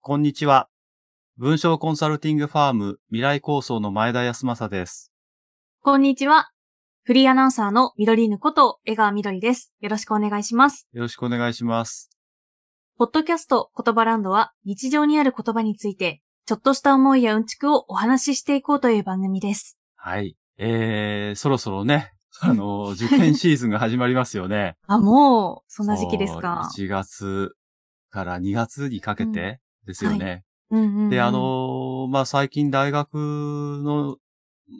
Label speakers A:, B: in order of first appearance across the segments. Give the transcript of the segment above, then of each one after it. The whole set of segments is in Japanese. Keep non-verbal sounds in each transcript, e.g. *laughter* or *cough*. A: こんにちは。文章コンサルティングファーム未来構想の前田康政です。
B: こんにちは。フリーアナウンサーのみどりぬこと江川みどりです。よろしくお願いします。
A: よろしくお願いします。
B: ポッドキャスト言葉ランドは日常にある言葉について、ちょっとした思いやうんちくをお話ししていこうという番組です。
A: はい。えー、そろそろね、あ
B: *laughs*
A: の、受験シーズンが始まりますよね。
B: あ、もう、そんな時期ですか。
A: そう ?1 月から2月にかけてですよね。
B: うんうんうん
A: で、あ、のーまあ、最近大学の、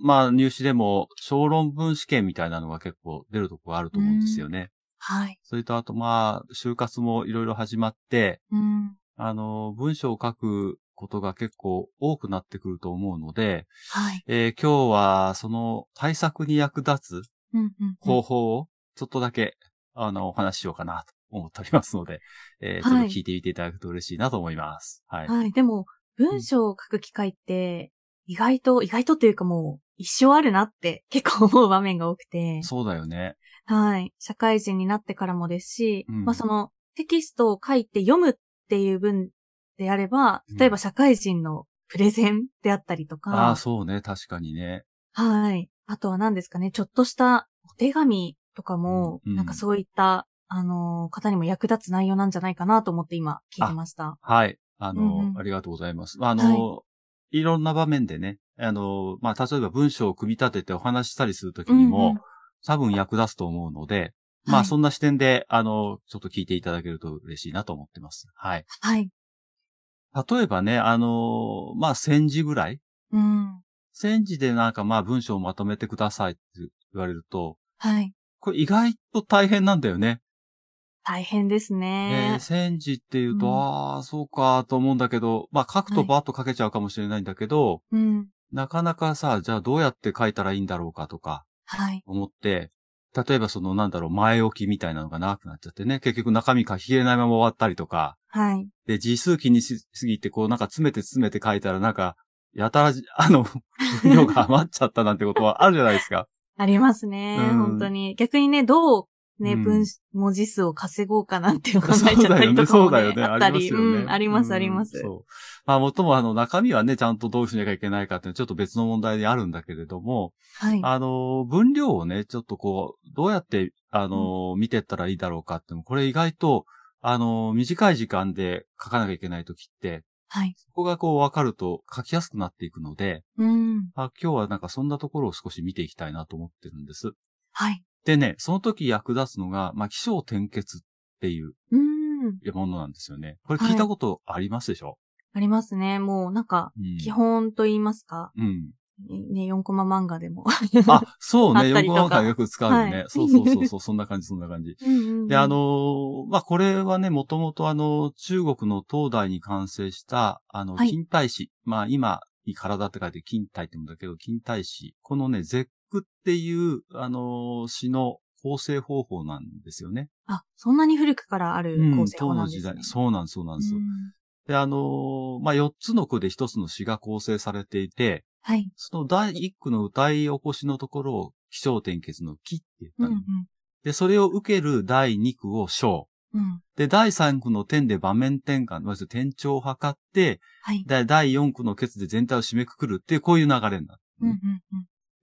A: まあ、入試でも小論文試験みたいなのが結構出るとこあると思うんですよね。
B: はい。
A: それとあとまあ、就活もいろいろ始まって、
B: うん。
A: あの、文章を書くことが結構多くなってくると思うので、
B: はい。
A: えー今日はその対策に役立つ
B: うんうんうん
A: 方法をちょっとだけ、あの、お話ししようかなと思っておりますので、えー
B: はい
A: ちょっと聞いてみていただくと嬉しいなと思います。はい。
B: はい。でも、文章を書く機会って、意外と、意外とというかもう、一生あるなって結構思う場面が多くて。
A: そうだよね。
B: はい。社会人になってからもですし、
A: うん
B: まあそのテキストを書いて読むっていう文であれば、例え
A: うん
B: ば社会人のプレゼンであったりと
A: ああー、
B: か、
A: そうね。確かにね。
B: はい。あとは何ですかね、ちょっとしたお手紙とかも、
A: うん
B: なんかそういった、あのー方にも役立つ内容なんじゃないかなと思って今聞いてました。
A: はい。あの、
B: うんうん
A: ありがとうございます。まああの、い、ろんな場面でね、あの、まあ、例えば文章を組み立ててお話ししたりするときにも、
B: うんうん
A: 多分役立つと思うので、ま
B: は
A: あ
B: い
A: そんな視点で、あの、ちょっと聞いていただけると嬉しいなと思ってます。はい。
B: はい。
A: 例えばね、あの、まあ戦時ぐらい
B: うん。
A: 戦時でなんかまあ文章をまとめてくださいって言われると、
B: はい。
A: これ意外と大変なんだよね。
B: 大変です
A: え
B: ね
A: ー。戦時って言うと、
B: うん
A: ああ、そうかと思うんだけど、まあ書くと
B: はい
A: バーッと書けちゃうかもしれないんだけど、
B: うん。
A: なかなかさ、じゃあどうやって書いたらいいんだろうかとか
B: はい。
A: 思って、例えばそのなんだろう、前置きみたいなのが長くなっちゃってね、結局中身書ききれないまま終わったりとか、 *laughs*
B: はい。
A: で、字数気にしすぎて、こうなんか詰めて詰めて書いたらなんか、やたらじ、 *laughs* あの、分量が余っちゃったなんてことはあるじゃないです
B: *laughs*
A: か。
B: ありますね、
A: うん
B: 本当に。逆にね、どうね、
A: うん
B: 文、文字数を稼ごうかなんていう考えちゃったりとか
A: そう
B: も、ね。
A: だよね、そうだよね、
B: *laughs* あ
A: あ
B: った
A: ります
B: り、
A: よね。
B: うん、あります、
A: うん
B: あります。
A: そう。まあ、もっともあの、中身はね、ちゃんとどうしなきゃいけないかっていうのはちょっと別の問題であるんだけれども、
B: はい。
A: あのー、分量をね、ちょっとこう、どうやって、あのー、見てったらいいだろうかってのも、これ意外と、あのー、短い時間で書かなきゃいけないときって、
B: はい。
A: そこがこう分かると書きやすくなっていくので、
B: うん。
A: あ今日はなんかそんなところを少し見ていきたいなと思ってるんです。
B: はい。
A: でね、その時役立つのが、まあ、気象転結っていう
B: うん。
A: ものなんですよね。これ聞いたことありますでしょ、
B: ありますね。もう、なんか、
A: うん
B: 基。本と言いますか、
A: うん。
B: ね、4コマ漫画
A: *laughs*
B: でも。
A: あ、そうね。
B: *laughs* あったり
A: 横
B: と
A: 浜
B: か
A: 間よく使うよね。
B: はい
A: そうそうそうそう。そんな感じ、そんな感じ。
B: うんうんうん
A: で、あ、のーまあ、これはね、もともとあの、中国の東大に完成した、あの、
B: はい
A: 近代史。まあ、今、体って書いて近代って言うんだけど、近代史。このね、絶句っていう、あのー詩の構成方法なんですよね。
B: あ、そんなに古くからある構成法
A: 唐
B: な
A: の
B: んで
A: 時
B: す
A: 代
B: ね。。
A: そうなんです、そうなんですよ。
B: うん
A: で、あのーまあ、4つの句で1つの詩が構成されていて、
B: はい。
A: その第1句の歌い起こしのところを、気象点結の気って言った
B: うん
A: の、
B: うん。
A: で、それを受ける第2句を章。
B: うん。
A: で、第3区の点で場面転換、まず点調を図って、
B: はい。
A: で第4区のケツで全体を締めくくるっていう、こういう流れになる。
B: うんうんうん。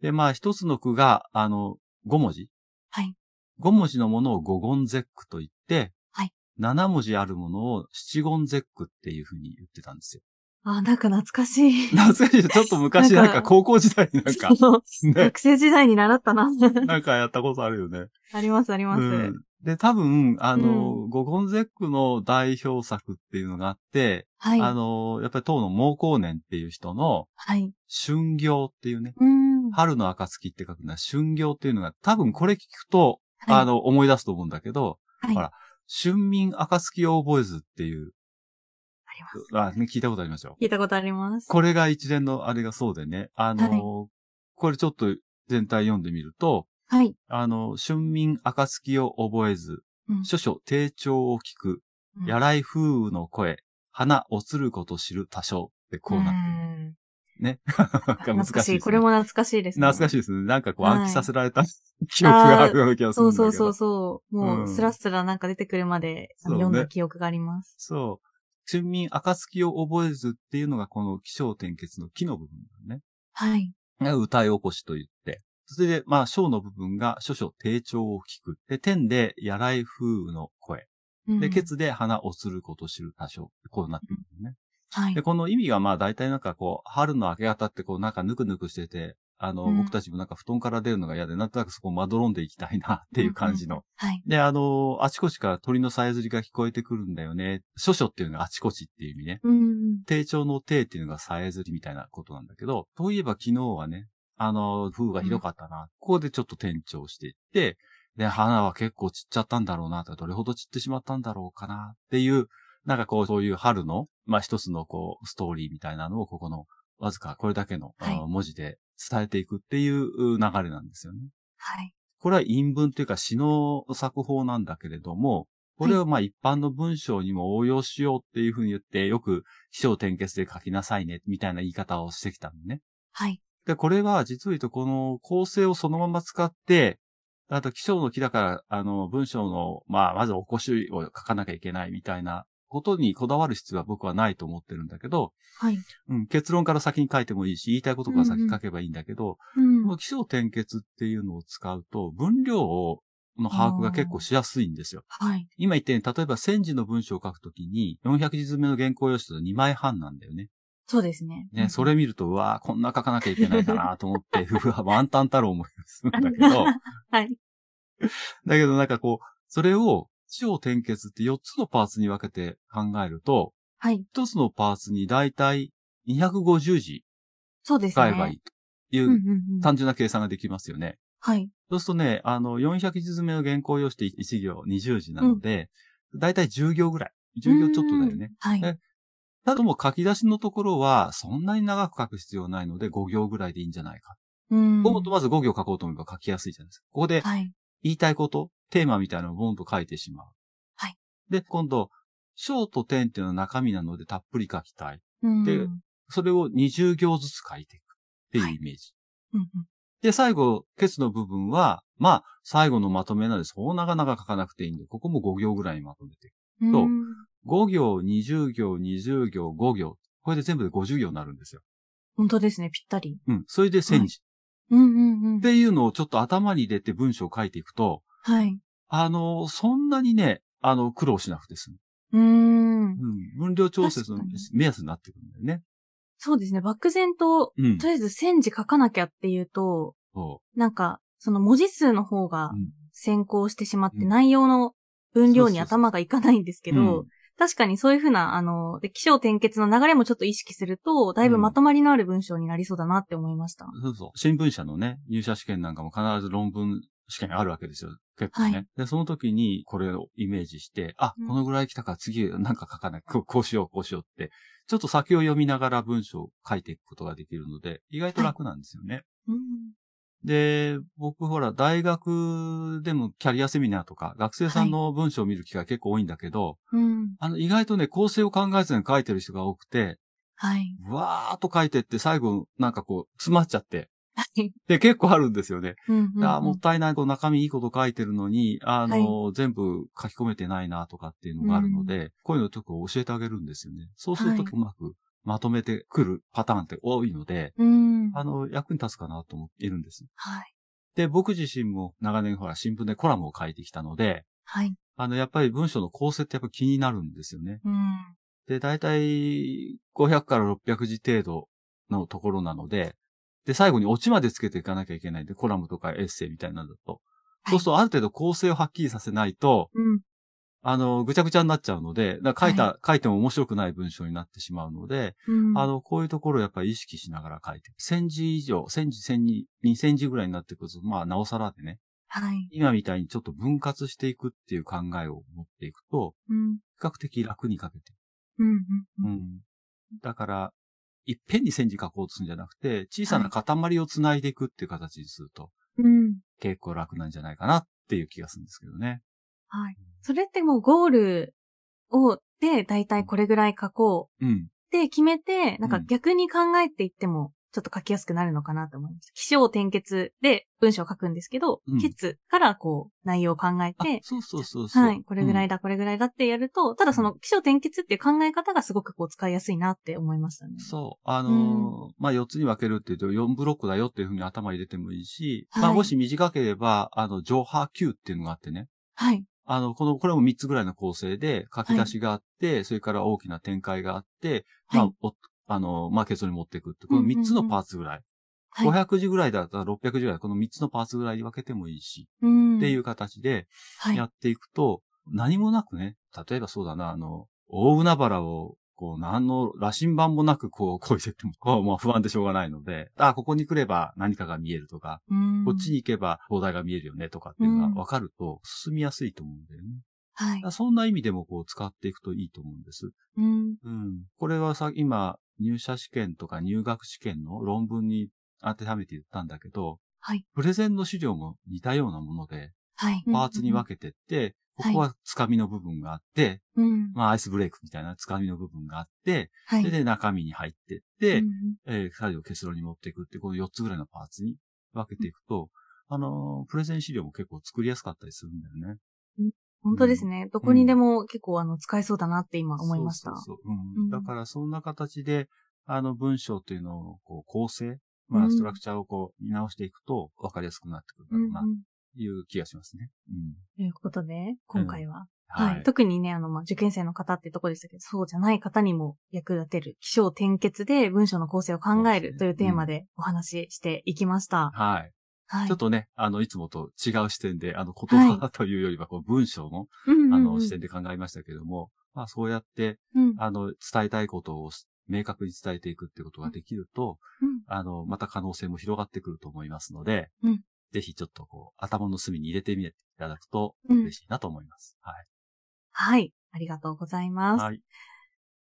A: で、まあ、一つの句が、あの、5文字。
B: はい。
A: 5文字のものを五言絶句と言って、
B: はい
A: 7文字あるものを七言絶句っていうふうに言ってたんですよ。 *laughs*
B: あ、なんか懐かしい。
A: 懐かしい。ちょっと昔なん
B: なん
A: か
B: か
A: 高校時代になんか、
B: *laughs* そう
A: ね、
B: 学生時代に習ったな。
A: なんかやったことあるよね。
B: あります、あります。
A: うんで、多分、あ
B: う
A: の、五言絶句の代表作っていうのがあって、
B: はい。
A: あの、やっぱり当の毛光年っていう人の
B: はい。
A: 春行っていうね、
B: うん。
A: 春の暁って書くのは春行っていうのが多分これ聞くと、
B: はい
A: あの、思い出すと思うんだけど、
B: はい
A: ほら春眠暁を覚えずっていう、
B: あります。
A: あね聞いたことありますよ。
B: 聞いたことあります。
A: これが一連のあれがそうでね、あの、これちょっと全体読んでみると、
B: はい。
A: あの、春眠暁を覚えず、
B: うん
A: 諸々定調を聞く、
B: うん
A: やらい風雨の声、花落つること知る多少ってこうなってる。
B: ん
A: ね。なんか難
B: 懐
A: しい
B: か
A: です
B: し
A: ね
B: い。これも懐かしいですね。
A: 懐かしい
B: い。
A: ですね。なんかこう
B: はい
A: 暗記させられた *laughs* 記憶があるような気がする
B: そ
A: んだけど。
B: うそうそうそう。も
A: ん
B: う、スラスラなんか出てくるまであの
A: そうね
B: 読んだ記憶があります。
A: そう。春眠暁を覚えずっていうのがこの気象転結の木の部分だね。
B: はい。
A: が歌い起こしと言って。それで、まあ、章の部分が諸々低調を聞く。で、天でやらい風雨の声。
B: うん
A: で、ケツで花をすること知る多少。こうなってるんだよね。
B: はい
A: で、。この意味がまあ大体なんかこう、春の明け方ってこうなんかぬくぬくしてて、あの、
B: うん
A: 僕たちもなんか布団から出るのが嫌で、なんとなくそこまどろんでいきたいなっていう感じの。
B: はい。
A: で、あの、あちこちから鳥のさえずりが聞こえてくるんだよね。諸々っていうのがあちこちっていう意味ね。
B: うん。
A: 低調の低っていうのがさえずりみたいなことなんだけど、といえば昨日はね、あの、風雨がひどかったな。ここでちょっと転調していって、で、花は結構散っちゃったんだろうなと、どれほど散ってしまったんだろうかなっていう、なんかこう、そういう春の、まあ一つのこう、ストーリーみたいなのをここの、わずかこれだけの、
B: はい
A: あの文字で伝えていくっていうう流れなんですよね。
B: はい。
A: これは陰文というか詩の作法なんだけれども、これをまあ一般の文章にも応用しようっていうふうに言って、よく気象転結で書きなさいね、みたいな言い方をしてきたのね。
B: はい。
A: で、これは実を言うとこの構成をそのまま使って、あと気象の木だから、あの、文章の、まあ、まず起こしを書かなきゃいけないみたいなことにこだわる必要は僕はないと思ってるんだけど、
B: はい。
A: うん、結論から先に書いてもいいし、言いたいことから先に書けばいいんだけど、
B: うん
A: この。気象転結っていうのを使うと、分量を、の把握が結構しやすいんですよ。
B: はい。
A: 今言ったように、例えば1000字の文章を書くときに、400字詰めの原稿用紙だと2枚半なんだよね。
B: そうですね。う
A: ね、
B: ん
A: そ。れ見ると、うわーこんな書かなきゃいけないんだなと思って、 *laughs* うわワンタンたる思いをするんだけど、だ
B: *laughs* はい。
A: けどなんかこう、それを、気象転結って4つのパーツに分けて考えると、
B: はい。
A: 1つのパーツにだいたい250字
B: そうですね。
A: 使えばいいとい
B: うんう
A: うん
B: うん。
A: 単純な計算ができますよね。
B: はい。
A: そうするとね、あの、400字詰めの原稿用紙って1行20字なので、だいたい10行ぐらい。10行ちょっとだよね。
B: うん。はい。
A: えただもう書き出しのところは、そんなに長く書く必要ないので、5行ぐらいでいいんじゃないか。
B: うん
A: ボンとまず5行書こうと思えば書きやすいじゃないですか。ここで
B: はい。
A: 言いたいこと、テーマみたいなのをボンと書いてしまう。
B: はい。
A: で、今度、章と点っていうのは中身なのでたっぷり書きたい。
B: うん
A: で
B: うん
A: それを20行ずつ書いていくっていうイメージ。
B: うん。
A: で、最後、ケツの部分は、まあ、最後のまとめなので、そう長々書かなくていいんで、ここも5行ぐらいにまとめて。
B: うん
A: と5行、20行、20行、5行。これで全部で50行になるんですよ。
B: 本当ですね、ぴったり。
A: うん。それで1000字。
B: うんうんうん
A: っ。ていうのをちょっと頭に入れて文章を書いていくと、
B: はい。
A: あの、そんなにね、あの、苦労しなくて済む。
B: うーん。
A: うん。分量調節の
B: 確かに
A: 目安になってくるんだよね。
B: そうですね、漠然と、
A: うん
B: と。りあえず1000字書かなきゃっていうと、
A: そ
B: なんか、その文字数の方が
A: う。うん
B: 先行してしまって、
A: うん
B: 内容の分量
A: そうそう
B: に
A: そう
B: 頭がいかないんですけ
A: う
B: ど
A: ん、
B: 確かにそういうふうな、あの、で、気象転結の流れもちょっと意識すると、だいぶまとまりのある文章になりそうだなって思いました。
A: そうそう。新聞社のね、入社試験なんかも必ず論文試験あるわけですよ。結構ね。
B: はい
A: で、その時にこれをイメージして、あ、
B: うん
A: このぐらい来たから次なんか書かない。こうこうしよう、こうしようって。ちょっと先を読みながら文章を書いていくことができるので、意外と楽なんですよね。
B: うん。
A: で、僕ほら、大学でもキャリアセミナーとか、学生さんの文章を見る機会結構多いんだけど、
B: うん。
A: あの、意外とね、構成を考えずに書いてる人が多くて、
B: はい。
A: わーっと書いてって最後なんかこう、詰まっちゃって。
B: はい。
A: で、結構あるんですよね。
B: うんうんうん
A: あーもったいない、こう中身いいこと書いてるのに、あの、全部書き込めてないなとかっていうのがあるので、こういうのをちょっと教えてあげるんですよね。そうすると
B: はいう
A: まくまとめてくるパターンって多いので、
B: うん。
A: あの、役に立つかなと思っているんです。
B: はい。
A: で、僕自身も長年ほら新聞でコラムを書いてきたので、
B: はい。
A: あの、やっぱり文章の構成ってやっぱ気になるんですよね。
B: うん。
A: で、だいたい500から600字程度のところなので、で、最後にオチまでつけていかなきゃいけないんで、コラムとかエッセイみたいなのだと。
B: はい
A: そうすると、ある程度構成をはっきりさせないと、
B: うん。
A: あの、ぐちゃぐちゃになっちゃうので、だから書いた、
B: は
A: 書いても面白くない文章になってしまうので、
B: うん
A: あ、の、こういうところをやっぱり意識しながら書いて、1000字以上、1000字、1000字、2000字ぐらいになってくると、まあ、なおさらでね、
B: はい。
A: 今みたいにちょっと分割していくっていう考えを持っていくと、
B: うん。
A: 比較的楽に書けて
B: うん。う。
A: うんん。だから、いっぺんに線字書こうとするんじゃなくて、小さな塊を繋いでいくっていう形にすると、
B: うん。
A: 結構楽なんじゃないかなっていう気がするんですけどね。
B: はい。それってもうゴールを、で、だいたいこれぐらい書こう
A: うん。
B: って決めて、な
A: う
B: んか
A: ん
B: 逆に考えていっても、ちょっと書きやすくなるのかなと思います。起承転結で文章を書くんですけど、
A: うん
B: 結からこう内容を考え
A: あ
B: て、
A: そうそうそうそう。
B: はい、これぐらい
A: だ。
B: だ、これぐらいだってやると、ただその起承転結っていう考え方がすごくこう使いやすいなって思いましたね。
A: そう。あのーまあ、4つに分けるって言うと4ブロックだよっていうふうに頭入れてもいいし、ま
B: は
A: あ、
B: い
A: もし短ければ、あの、上波級っていうのがあってね。
B: はい。
A: あの、この、これも3つぐらいの構成で、書き出しがあって、それから大きな展開があって、まあ
B: はい、
A: おあの、まあ、結論に持っていくって、この
B: うんうんうん
A: 3つのパーツぐらい。
B: はい。
A: 500字ぐらいだったら600字ぐらい、この3つのパーツぐらいに分けてもいいし、
B: うん
A: っていう形で
B: はい
A: やっていくと、何もなくね、例えばそうだな、あの、大海原を、こう、何の羅針盤もなく、こう、こい *laughs* でっても、こうまあ不安でしょうがないので、あ、ここに来れば何かが見えるとか、
B: うん
A: こっちに行けば灯台が見えるよねとかっていうのが分かると、進みやすいと思うんだよね。
B: はい。
A: そんな意味でもこう使っていくといいと思うんです。
B: うん。
A: うん。これはさ、今、入社試験とか入学試験の論文に当てはめて言ったんだけど、
B: はい。
A: プレゼンの資料も似たようなもので、
B: はい。
A: パーツに分けてって、
B: うんうん
A: ここはつかみの部分があって、
B: うん。
A: まあアイスブレイクみたいなつかみの部分があって、
B: はい。
A: それで中身に入ってって、
B: うん
A: えー、作業を結論に持っていくって、この4つぐらいのパーツに分けていくと、あのープレゼン資料も結構作りやすかったりするんだよね。
B: 本当ですね。どこにでも結構あの使えそうだなって今思いました。
A: そうそうそう
B: う
A: うんん、だからそんな形で、あの文章っていうのをこう構成、ま
B: う
A: あ
B: ん
A: ストラクチャーをこう見直していくと分かりやすくなってくるだろうな、
B: うんうん
A: という気がしますね。うん。
B: ということで、今回は。
A: はい。
B: はい。特にね、あの、まあ、受験生の方ってとこでしたけど、そうじゃない方にも役立てる、気象転結で文章の構成を考えるというテーマでお話ししていきました。
A: はい。
B: はい。
A: ちょっとね、あの、いつもと違う視点で、あの、言葉というよりは、こう、文章の、
B: うんうんうん、
A: あの、視点で考えましたけども、まあ、そうやって、
B: うん
A: あの、伝えたいことを明確に伝えていくってことができると、
B: うん
A: あの、また可能性も広がってくると思いますので、
B: うん
A: ぜひちょっとこう、頭の隅に入れてみていただくと
B: うん
A: 嬉しいなと思います。
B: はい。ありがとうございます。
A: はい。はい。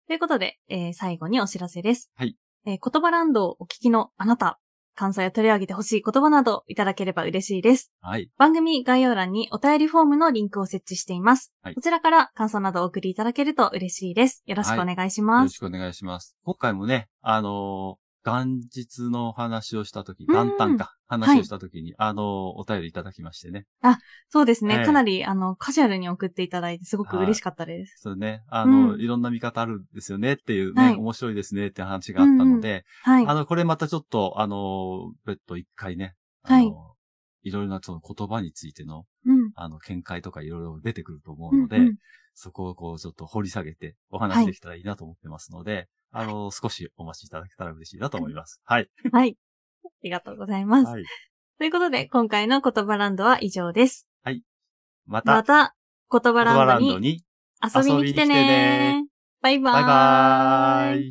B: ということで、えー最後にお知らせです。
A: はい。
B: えー言葉ランドをお聞きのあなた、関西を取り上げてほしい言葉などいただければ嬉しいです。
A: はい。
B: 番組概要欄にお便りフォームのリンクを設置しています。
A: はい
B: こちらから感想などお送りいただけると嬉しいです。よろしくお願いし
A: よ
B: ま
A: ろ
B: す。
A: しくお願いします。今回もね、あのー元日の話をしたとき、
B: うん
A: 元旦か、話をしたときに、あのーお便りいただきましてね。
B: そうですね。
A: ええ
B: かなり、あの、カジュアルに送っていただいて、すごく嬉しかったです。
A: そうね。あの、
B: うん
A: いろんな見方あるんですよねっていうね、
B: はい
A: 面白いですねって話があったので、
B: はい。
A: あの、これまたちょっと、あの、別途一回ね、
B: は
A: あ
B: い
A: の、い、ろいろなその言葉についての、
B: うん。
A: あの、見解とかいろいろ出てくると思うので、
B: うんうん
A: そこをこう、ちょっと掘り下げてお話できたらいいなと思ってますので、あの、少しお待ちいただけたら嬉しいなと思います。はい。
B: はい。ありがとうございます。
A: はい。
B: ということで、今回の言葉ランドは以上です。
A: また、
B: また、言葉
A: 言葉
B: ラ
A: ラ
B: ン
A: ン
B: ド
A: ド
B: に
A: に、
B: 遊びに来てね
A: 遊びに来て
B: バイバーイ。
A: バイバーイ